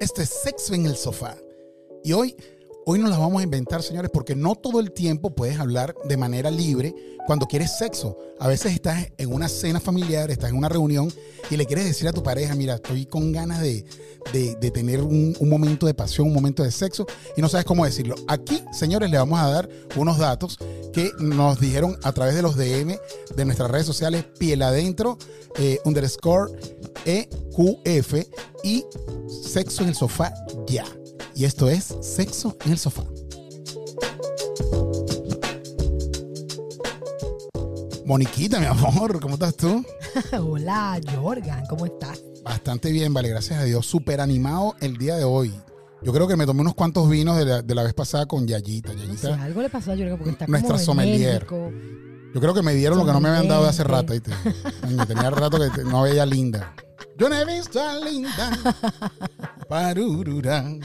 Esto es este Sexo en el Sofá. Y hoy, hoy nos las vamos a inventar, señores, porque no todo el tiempo puedes hablar de manera libre cuando quieres sexo. A veces estás en una cena familiar, estás en una reunión y le quieres decir a tu pareja, mira, estoy con ganas de, de- de tener un, un momento de pasión, un momento de sexo y no sabes cómo decirlo. Aquí, señores, le vamos a dar unos datos que nos dijeron a través de los DM de nuestras redes sociales, piel adentro, eh, underscore EQF y sexo en el sofá ya. Y esto es sexo en el sofá. Moniquita, mi amor, ¿cómo estás tú? Hola, Jorgan, ¿cómo estás? Bastante bien, vale, gracias a Dios. Súper animado el día de hoy. Yo creo que me tomé unos cuantos vinos de la, de la vez pasada con Yayita. No sé, Yayita, algo le pasó a Jorgan porque está Nuestra como sommelier. enérgico. yo creo que me dieron lo que no me habían dado de hace rato. Sonriente. ¿viste? Coño, tenía rato que te- no veía a linda. Yo no he visto a linda. Parururán.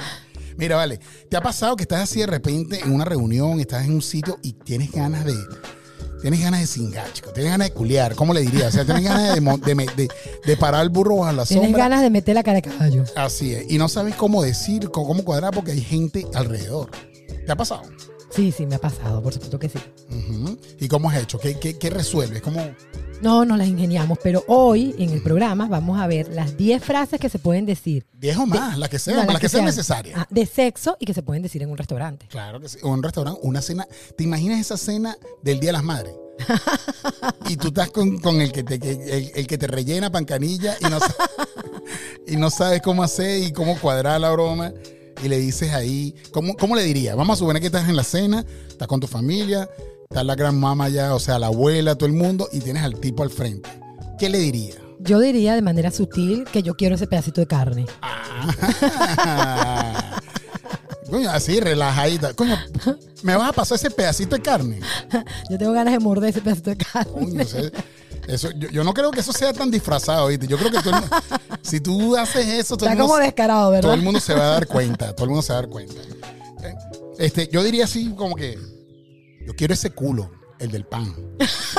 Mira, vale, ¿te ha pasado que estás así de repente en una reunión, estás en un sitio y tienes ganas de... Tienes ganas de cingar, chico. Tienes ganas de culiar. ¿Cómo le diría? O sea, tienes ganas de, mon- de me- de- de parar el burro bajo la Tienes sombra. ganas de meter la cara de caballo. Así es. Y no sabes cómo decir, cómo, cómo cuadrar, porque hay gente alrededor. ¿Te ha pasado? Sí, sí, me ha pasado, por supuesto que sí. Ujú. ¿Y cómo has hecho? ¿Qué, qué- qué resuelves? ¿Cómo? No, no las ingeniamos, pero hoy en el programa vamos a ver las 10 frases que se pueden decir. 10 o más, las que sean, No, las, que sean ah, necesarias. De sexo y que se pueden decir en un restaurante. Claro que sí. O en un restaurante, una cena. ¿Te imaginas esa cena del Día de las Madres? y tú estás con, con el, que te, que- el, el que te rellena pancanilla y no, sa- y no sabes cómo hacer y cómo cuadrar la broma. Y le dices ahí, ¿cómo, ¿cómo le dirías? Vamos a suponer que estás en la cena, estás con tu familia, está la gran mamá allá, o sea, la abuela, todo el mundo, y tienes al tipo al frente. ¿Qué le dirías? Yo diría de manera sutil que yo quiero ese pedacito de carne. Ah. Coño, así, relajadita. Coño, ¿me vas a pasar ese pedacito de carne? Yo tengo ganas de morder ese pedacito de carne. Coño, ese- eso, yo, yo no creo que eso sea tan disfrazado, ¿viste? Yo creo que todo el mu- si tú haces eso, todo Está el, como mundo, descarado, todo ¿verdad? el mundo se va a dar cuenta. Todo el mundo se va a dar cuenta. ¿Eh? Este, yo diría así como que, yo quiero ese culo, el del pan.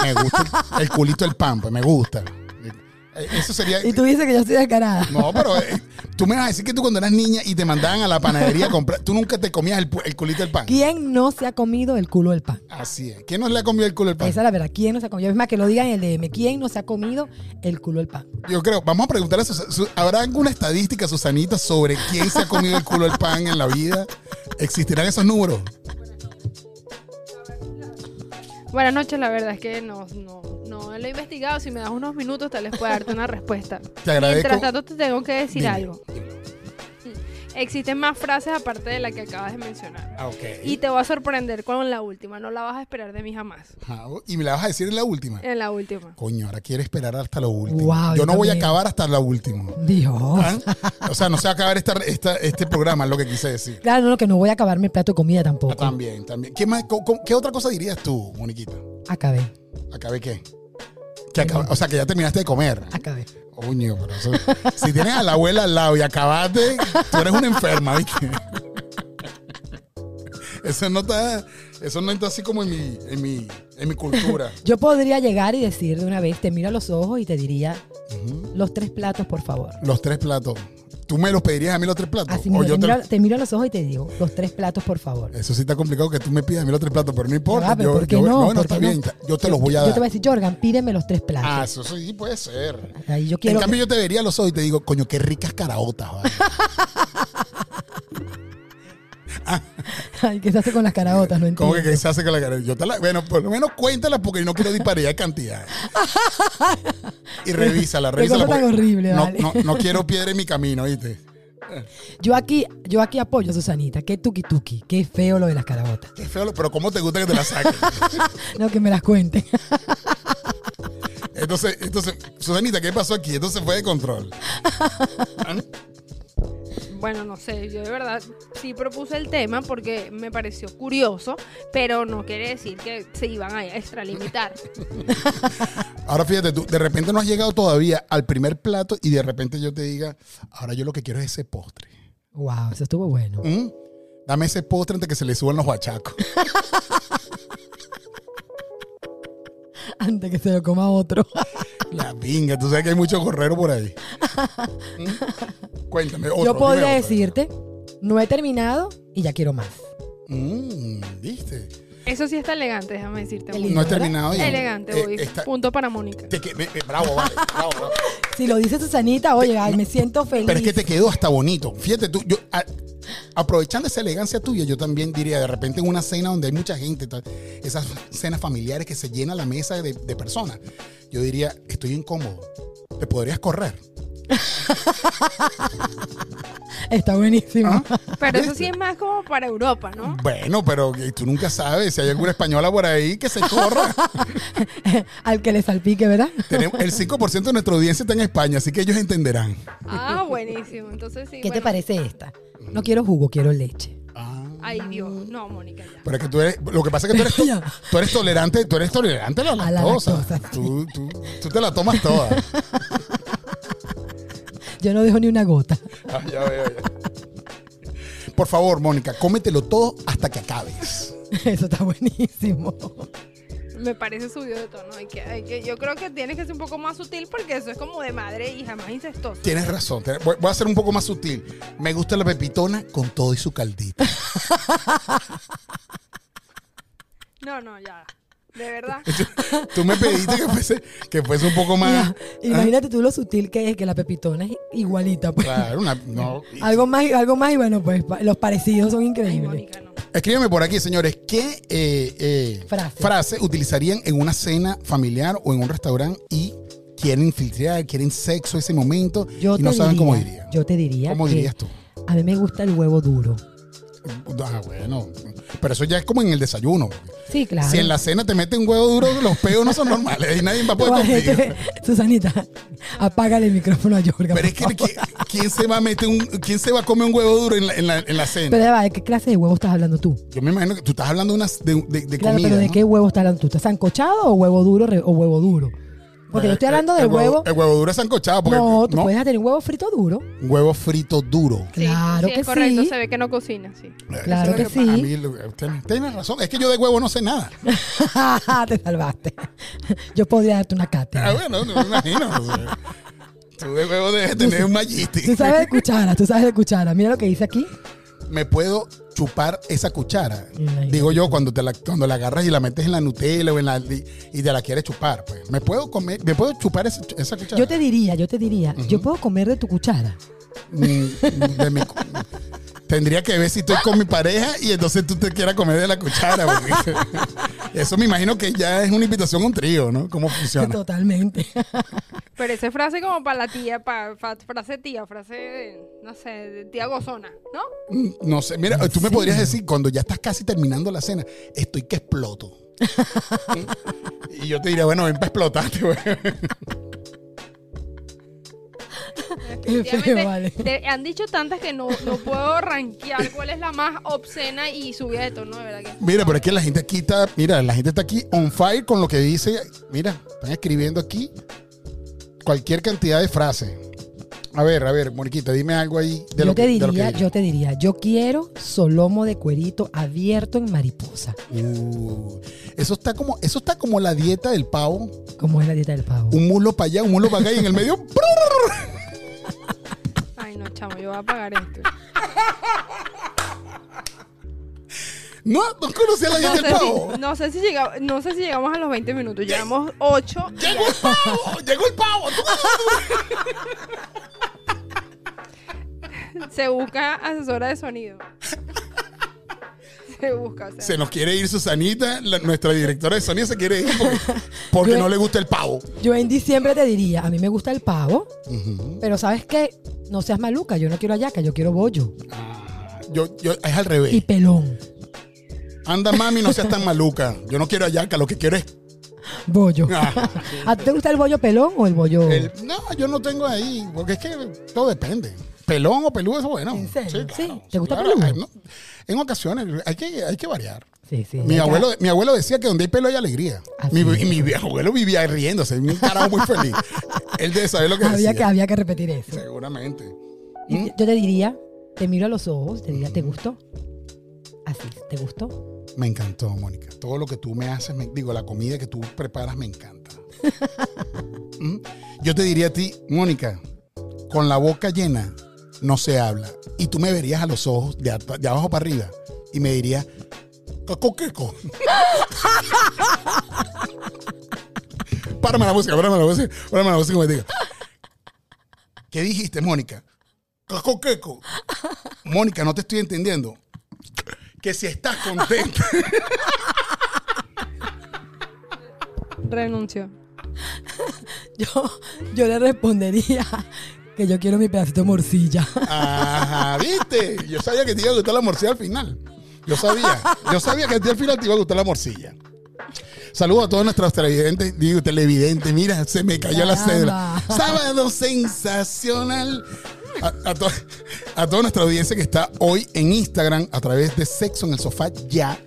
Me gusta el, el culito del pan, pues me gusta. Eh, Eso sería... Y tú dices que yo soy descarada. No, pero eh, tú me vas a decir que tú cuando eras niña y te mandaban a la panadería a comprar, tú nunca te comías el, pu- el culito del pan. ¿Quién no se ha comido el culo del pan? Así es. ¿Quién no le ha comido el culo del pan? Esa es la verdad. ¿Quién no se ha comido? Es más, que lo digan en el DM. ¿Quién no se ha comido el culo del pan? Yo creo, vamos a preguntarle a Susa- Su- ¿habrá alguna estadística, Susanita, sobre quién se ha comido el culo del pan en la vida? ¿Existirán esos números? Buenas noches, la verdad es que no, no, no lo he investigado. Si me das unos minutos, tal vez pueda darte una respuesta. Te agradezco. Mientras tanto, te tengo que decir Dime. algo. Mm. Existen más frases aparte de la que acabas de mencionar. Ah, ok. Y te voy a sorprender con la última. No la vas a esperar de mí jamás. Ajá, y me la vas a decir en la última. En la última. Coño, ahora quiere esperar hasta lo último. Wow, yo yo no voy a también. acabar hasta la última. ¿Ah? Dios. O sea, no se va a acabar esta- esta- este programa, es lo que quise decir. Claro, no, no, que no voy a acabar mi plato de comida tampoco. Ah, También, también. ¿Qué, más, co- co- ¿Qué otra cosa dirías tú, Moniquita? Acabé, ¿Acabé qué? Que acaba- o sea, que ya terminaste de comer. acabé. Coño, pero eso- si tienes a la abuela al lado y acabaste, tú eres una enferma, ¿viste? Eso no está, eso no está así como en mi, en mi, en mi cultura. Yo podría llegar y decir de una vez, te miro a los ojos y te diría, Ujú. los tres platos, por favor. Los tres platos. ¿Tú me los pedirías a mí los tres platos? Así O mismo, te, yo te- Eh, miro, te miro a los ojos y te digo, los tres platos, por favor. Eso sí está complicado que tú me pidas a mí los tres platos, pero no importa. Ya, Ah, pero yo, ¿por qué yo- no? no, ¿Por está qué no? bien. Yo te los voy a Yo te voy a dar. decir, Jorgan, pídeme los tres platos. Ah, eso sí puede ser. Ahí yo quiero en cambio, yo te vería a los ojos y te digo, coño, qué ricas caraotas. vale. Ay, ¿qué se hace con las caraotas? No ¿Cómo entiendo. que, que se hace con la cara? Yo te la, bueno, por lo menos cuéntala porque yo no quiero disparidad de cantidad. Y revísala, Qué revísala. cosa tan porque horrible, no, vale. no, no quiero piedra en mi camino, ¿viste? Yo aquí, yo aquí apoyo a Susanita. Qué tuki tuki. Qué feo lo de las carabotas. Qué feo, pero ¿cómo te gusta que te la saquen? No, que me las cuente. Entonces, entonces, Susanita, ¿qué pasó aquí? Entonces fue de control. Bueno, no sé, yo de verdad sí propuse el tema porque me pareció curioso, pero no quiere decir que se iban a extralimitar. Ahora fíjate, tú de repente no has llegado todavía al primer plato y de repente yo te diga, ahora yo lo que quiero es ese postre. Wow, eso estuvo bueno. ¿Mm? Dame ese postre antes que se le suban los huachacos. Antes que se lo coma otro. La pinga, tú sabes que hay mucho correro por ahí. ¿Mm? Cuéntame. otro, Yo dime podría otro. decirte, pues, no he terminado y ya quiero más. Mm, ¿Viste? Eso sí está elegante, déjame decirte. El- Mónica. No he ¿Verdad? terminado ya. Elegante, Eh, voy. está- Punto para Mónica. te que- eh, eh, bravo, vale, bravo, bravo. Si lo dice Susanita, oye, ay, me siento feliz. Pero es que te quedó hasta bonito. Fíjate tú, yo, a- aprovechando esa elegancia tuya, yo también diría, de repente en una cena donde hay mucha gente, tal, esas cenas familiares que se llena la mesa de, de personas, yo diría, estoy incómodo. Te podrías correr. Está buenísimo. Pero eso sí es más como para Europa, ¿no? ¿Ah? Bueno, pero tú nunca sabes si hay alguna española por ahí que se corra. Al que le salpique, ¿verdad? Tenemos- el 5% de nuestra audiencia está en España, así que ellos entenderán. Ah, buenísimo. Entonces sí. ¿Qué te bueno. parece esta? No quiero jugo, quiero leche. Ah. Ay, Dios. No, Mónica, ya. Pero es que tú eres, lo que pasa es que tú eres, to- Ya. tú eres tolerante, tú eres tolerante a la A la lactosa. lactosa, Tú, tú- tú te la tomas toda. Yo no dejo ni una gota. Ah, ya veo, ya. Por favor, Mónica, cómetelo todo hasta que acabes. Eso está buenísimo. Me parece subido de tono. Hay que, hay que, yo creo que tienes que ser un poco más sutil porque eso es como de madre y jamás incestoso. Tienes razón. te- Voy voy a ser un poco más sutil. Me gusta la pepitona con todo y su caldita. No, no, ya. De verdad. Tú me pediste que fuese, que fuese un poco más. Mira, imagínate tú lo sutil que es que la pepitona es igualita. pues. Claro, una- no. Algo más, y- algo más y bueno, pues pa- los parecidos son Ay, increíbles. Mónica, no. Escríbeme por aquí, señores, ¿qué eh, eh, Frase. utilizarían en una cena familiar o en un restaurante y quieren filtrar, quieren sexo ese momento yo y te no saben diría, cómo diría? Yo te diría ¿Cómo que dirías tú? a mí me gusta el huevo duro. Ah, bueno, pero eso ya es como en el desayuno. Sí, claro. Si en la cena te meten un huevo duro, los peos no son normales y nadie va a poder Oye, contigo. este, Susanita, apágale el micrófono a Yorga. Pero es que ¿qui- ¿quién se va a meter un, quién se va a comer un huevo duro en la, en la- en la cena? Pero ya va, ¿de qué clase de huevo estás hablando tú? Yo me imagino que tú estás hablando de, unas- de, de- de Claro, comida. pero ¿de ¿no? qué huevo estás hablando tú? ¿Estás sancochado o huevo duro re- o huevo duro? Porque yo estoy El- hablando Eh, el- del el huevo. El huevo duro es sancochado. Porque, No, tú puedes tener un huevo frito duro. Un huevo frito duro. Sí, Claro sí, que es correcto. sí. Se ve que no cocina, sí. Claro Eso es que lo pa- sí. A mí, lo- ten- tienes razón. Es que yo de huevo no sé nada. Te salvaste. Yo podría darte una Ah, cátedra. bueno, no me imagino. o sea, tú de huevo debes tener un Tú magisti. sabes de cuchara, tú sabes de cuchara. Mira lo que dice aquí. Me puedo chupar esa cuchara. Imagínate. Digo yo, cuando, te la, cuando la agarras y la metes en la Nutella o en la, y y te la quieres chupar. Pues. Me puedo comer, me puedo chupar esa, esa cuchara. Yo te diría, yo te diría, yo puedo comer de tu cuchara. Mm, de mi cu- Tendría que ver si estoy con mi pareja y entonces tú te quieras comer de la cuchara. porque- Eso me imagino que ya es una invitación a un trío, ¿no? ¿Cómo funciona? Totalmente. Pero esa frase como para la tía, para, frase tía, frase, de, no sé, de tía gozona, ¿no? Mm, No sé, mira, tú me Sí. podrías decir cuando ya estás casi terminando la cena, estoy que exploto. y yo te diría, bueno, ven para explotarte, güey. Qué feo, vale. Te- han dicho tantas que no, no puedo rankear cuál es la más obscena y subida de tono, de verdad que. Mira, pero es que la gente aquí está, mira, la gente está aquí on fire con lo que dice. Mira, están escribiendo aquí cualquier cantidad de frases. A ver, a ver, Moniquita, dime algo ahí de yo lo te que de lo que diría, dijo. yo te diría, yo quiero solomo de cuerito abierto en mariposa, Uh, eso está como, eso está como la dieta del pavo. como es la dieta del pavo. Un muslo para allá, un muslo para acá y en el medio. ¡prr! Ay, no, chamo, yo voy a pagar esto. No, no conocía la dieta No del sé, pavo. si, no, sé si llega- no sé si llegamos a los 20 minutos, llegamos 8. ¡Llegó el pavo! ¡Llegó el pavo! Se busca asesora de sonido. Se busca, o sea. Se nos quiere ir Susanita, la- nuestra directora de sonido se quiere ir porque, porque no le gusta el pavo. Yo en diciembre te diría, a mí me gusta el pavo, pero ¿sabes qué? No seas maluca, yo no quiero ayaca, yo quiero bollo Ah, yo, yo, es al y revés. pelón. Anda, mami, no seas tan maluca. Yo no quiero ayaca, lo que quiero es. Bollo. Ah, ¿A ti te gusta el bollo pelón o el bollo? el- no, yo no tengo ahí, porque es que todo depende. Pelón o peludo, eso bueno. ¿En serio? claro, Sí, ¿te gusta claro, peludo? ay, no. En ocasiones hay que, hay que variar. Sí, sí. Mi acá- abuelo, mi abuelo decía que donde hay pelo hay alegría. Así Mi, es. y mi abuelo vivía riéndose, un carajo muy feliz. Él debe saber lo que había decía. que ¿Mm? había que repetir eso. Seguramente. Y Yo te diría, te miro a los ojos, te diría, ¿te gustó? Así, ¿te gustó? Me encantó, Mónica. Todo lo que tú me haces, me- digo, la comida que tú preparas me encanta. ¿Mm? Yo te diría a ti, Mónica, con la boca llena no se habla. Y tú me verías a los ojos de, at- de abajo para arriba y me dirías, "Caco, queco". párame la música, párame la música, párame la música como te digo. ¿Qué dijiste, Mónica? Caco, queco. Mónica, no te estoy entendiendo. Que si estás contenta. Renunció. Yo, yo le respondería que yo quiero mi pedacito de morcilla. Ajá, ¿viste? Yo sabía que te iba a gustar la morcilla al final. Yo sabía. Yo sabía que a ti al final te iba a gustar la morcilla. Saludos a todos nuestros televidentes. Digo, televidente, mira, se me cayó la cédula. Caramba. Sábado sensacional. A, a to- a toda nuestra audiencia que está hoy en Instagram a través de Sexo en el Sofá Ya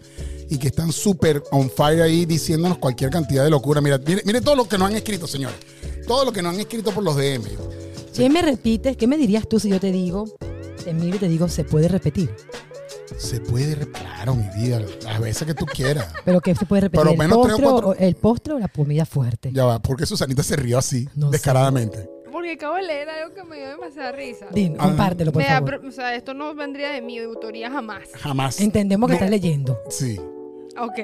y que están súper on fire ahí diciéndonos cualquier cantidad de locura. Mira, mire, mire todo lo que nos han escrito, señores. Todo lo que nos han escrito por los DM. ¿Qué me repites? ¿Qué me dirías tú si yo te digo, te miro y te digo, se puede repetir? Se puede, re- claro, mi vida, las veces que tú quieras. Pero que se puede repetir Pero el, menos tres o postre, o, cuatro- el postre o la comida fuerte. Ya va, porque Susanita se rió así, No sé. descaradamente. Porque acabo de leer algo que me dio demasiada risa. Dino, Ah. compártelo, por Me da favor. pro- o sea, esto no vendría de mi autoría jamás. Jamás. Entendemos que No. estás leyendo. Sí. Ok.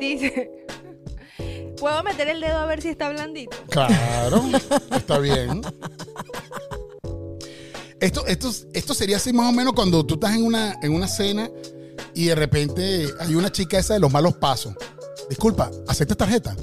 Dice. ¿Puedo meter el dedo a ver si está blandito? Claro, está bien. Esto, esto, esto sería así más o menos cuando tú estás en una, en una cena y de repente hay una chica esa de los malos pasos. Disculpa, ¿aceptas tarjeta?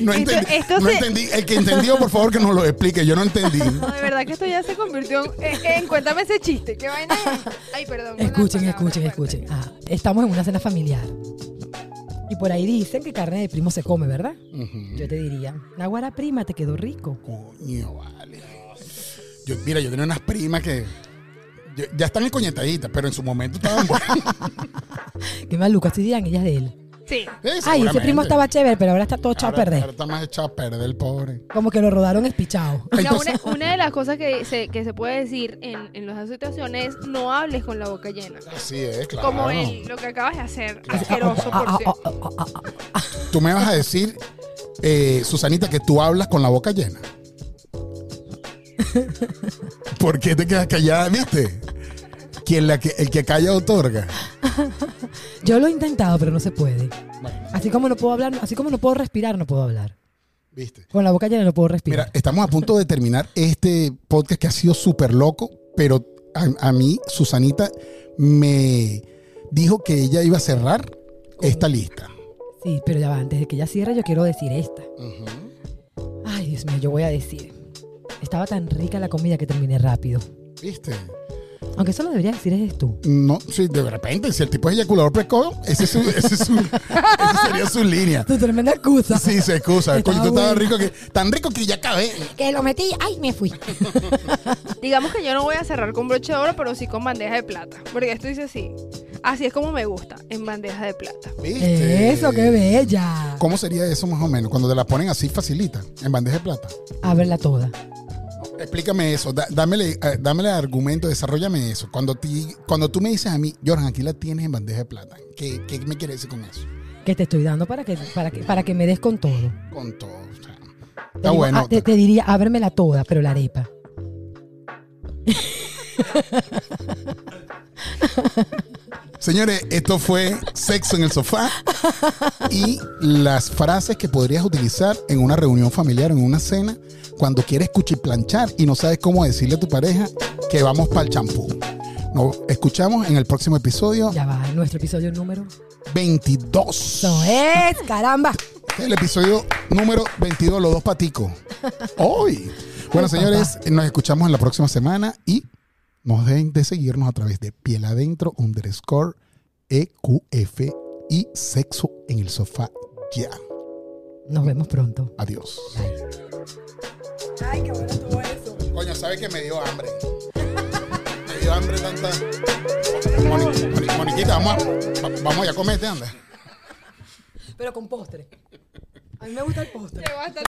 No Esto- entendí, esto no se- entendí. El que entendió, por favor, que nos lo explique. Yo no entendí. No, de verdad que esto ya se convirtió en. eh, en cuéntame ese chiste. ¿Qué vaina es? Ay, perdón. con las Escuchen, palabras escuchen, fuertes. escuchen. Ah, estamos en una cena familiar. Y por ahí dicen que carne de primo se come, ¿verdad? Ujú. Yo te diría, Naguara prima, te quedó rico. Coño, vale. Yo, mira, yo tenía unas primas que yo- ya están encoñetaditas, pero en su momento estaban buenas. Qué maluca, así dirán ellas de él. Sí. Sí, Ay, ese seguramente. primo estaba chévere, pero ahora está todo echado a Ahora- perder. ahora está más echado a perder el pobre. Como que lo rodaron espichado. Mira, Entonces- una, una de las cosas que se, que se puede decir en, en las situaciones es no hables con la boca llena. Así es, claro. Como el- lo que acabas de hacer, Claro. asqueroso por Ah, ah, cierto. ah, ah, ah, ah. Tú me vas a decir, eh, Susanita, que tú hablas con la boca llena. ¿Por qué te quedas callada, viste? Quien la que, el que calla otorga. ah. Yo lo he intentado, pero no se puede. Bueno, Así como no puedo hablar, así como no puedo respirar, no puedo hablar. viste. Con la boca llena no puedo Mira, respirar. estamos a punto de terminar este podcast que ha sido súper loco, pero a, a mí, Susanita me dijo que ella iba a cerrar esta lista. Sí, pero ya va, antes de que ella cierre, yo quiero decir esta. Ay, Dios mío, yo voy a decir. Estaba tan rica la comida que terminé rápido. ¿Viste? Aunque eso lo debería decir eres tú. No, sí, de repente, si el tipo es eyaculador precoz, ese, es su- ese, es su- esa sería su línea. Tu tremenda excusa. Sí, se excusa. Coño, Estaba tú estabas rico bueno. que, tan rico que ya acabé. Que lo metí, ay, me fui. ah. Digamos que yo no voy a cerrar con broche de oro, pero sí con bandeja de plata. Porque esto dice así. Así es como me gusta, en bandeja de plata. ¿Viste? Eso, qué bella. ¿Cómo sería eso más o menos? Cuando te la ponen así facilita, en bandeja de plata. Ábrela toda. Explícame eso, da- dámele, eh, dámele argumento, desarrollame eso. Cuando, ti- cuando tú me dices a mí, Jordan, aquí la tienes en bandeja de plata, ¿qué, qué me quieres decir con eso? Que te estoy dando para que, para que, para que me des con todo. Con todo. o sea, Te está digo, bueno. ah, te, te diría, ábremela toda, pero la arepa. Señores, esto fue Sexo en el Sofá y las frases que podrías utilizar en una reunión familiar, en una cena, cuando quieres cuchiplanchar y no sabes cómo decirle a tu pareja que vamos para el champú. Nos escuchamos en el próximo episodio Ya va, nuestro episodio número. 22. ¡Eso es! ¡Caramba! El episodio número 22, los dos paticos. Hoy. Bueno, Ay, señores, nos escuchamos en la próxima semana y nos dejen de seguirnos a través de Piel Adentro, underscore, EQF y Sexo en el Sofá. Ya. Nos vemos pronto. Adiós. Bye. Coño, ¿sabes que me dio hambre? me dio hambre tanta... Moniquita, vamos a, vamos a comerte, anda. Pero con postre. A mí me gusta el postre. Llegó hasta